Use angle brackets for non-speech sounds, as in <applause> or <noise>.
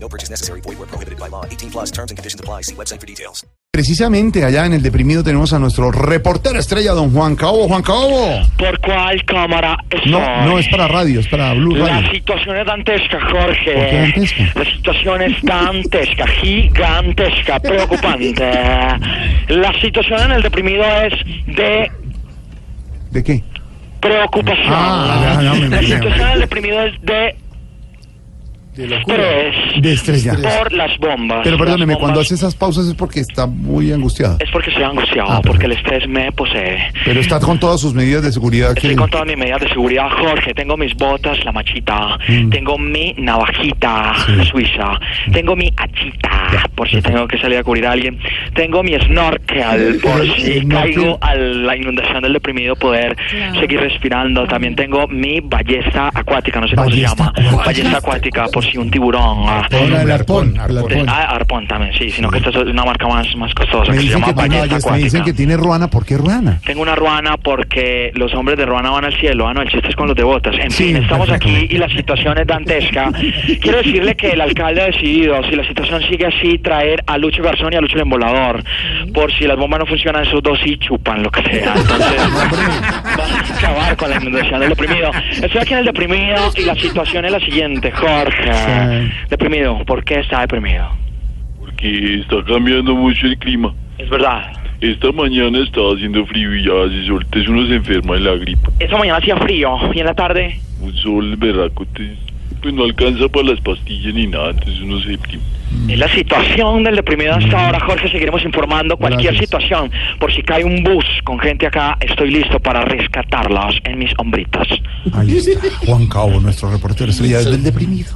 No purchase necessary. Void where prohibited by law. 18 plus terms and conditions apply. See website for details. Precisamente allá en el deprimido tenemos a nuestro reportero estrella, don Juan Caobo. Juan Caobo. ¿Por cuál cámara estoy? No, no, es para radio, es para Blue La Radio. situación es dantesca, Jorge. ¿Por qué dantesca? La situación es <laughs> dantesca, gigantesca, preocupante. La situación en el deprimido es de ¿De qué? preocupación. Ah, ya, ya me la imaginé. situación en el deprimido es de estrés De estrella. por las bombas. Pero perdóneme, Las bombas cuando hace esas pausas es porque está muy angustiado. Es porque estoy angustiado, Ah, porque el perfecto. estrés me posee. Pero está con todas sus medidas de seguridad. Estoy Que... con todas mis medidas de seguridad, Jorge. Tengo mis botas, la machita. Mm. Tengo mi navajita Sí. suiza. Tengo mi hachita, por si tengo que salir a cubrir a alguien. Tengo mi snorkel, por El- si el snorkel. caigo a la inundación del deprimido, poder Claro. seguir respirando. También tengo mi ballesta acuática, no sé Ballesta cómo se acuática. llama. Ballesta acuática, por si un tiburón. ah, Ahora el arpón. el de- arpón. ah, arpón también, sí, sino que esta es una marca más, más costosa Me que se dicen llama que, tiene, ballesta me dicen acuática. que tiene ruana. ¿Por qué <laughs> ruana? Tengo una ruana porque los hombres de ruana van al cielo. Ah, no, el chiste es con los de botas. En Sí, fin, estamos aquí perfecto. y la situación <laughs> es dantesca. Quiero decirle que el alcalde ha decidido, si la situación sigue así, traer a Lucho Garzón y a Lucho el Embolador. Por si las bombas no funcionan, esos dos sí chupan lo que sea. Entonces, van a acabar con la inundación del deprimido. Estoy aquí en el deprimido y la situación es la siguiente, Jorge. Sí. Deprimido, ¿por qué está deprimido? Porque está cambiando mucho el clima. Es verdad. Esta mañana estaba haciendo frío y ya hace sol. Entonces uno se enferma de la gripa. Esta mañana hacía frío y en la tarde... Un sol berraco. entonces, Pues no alcanza para las pastillas ni nada. Entonces uno se deprime. Es Eh, la situación del deprimido hasta ahora, Jorge. Seguiremos informando cualquier Gracias. situación. Por si cae un bus con gente acá, estoy listo para rescatarlos en mis hombritas. Ahí está. Juan Caobo, nuestro reportero estrella del deprimido.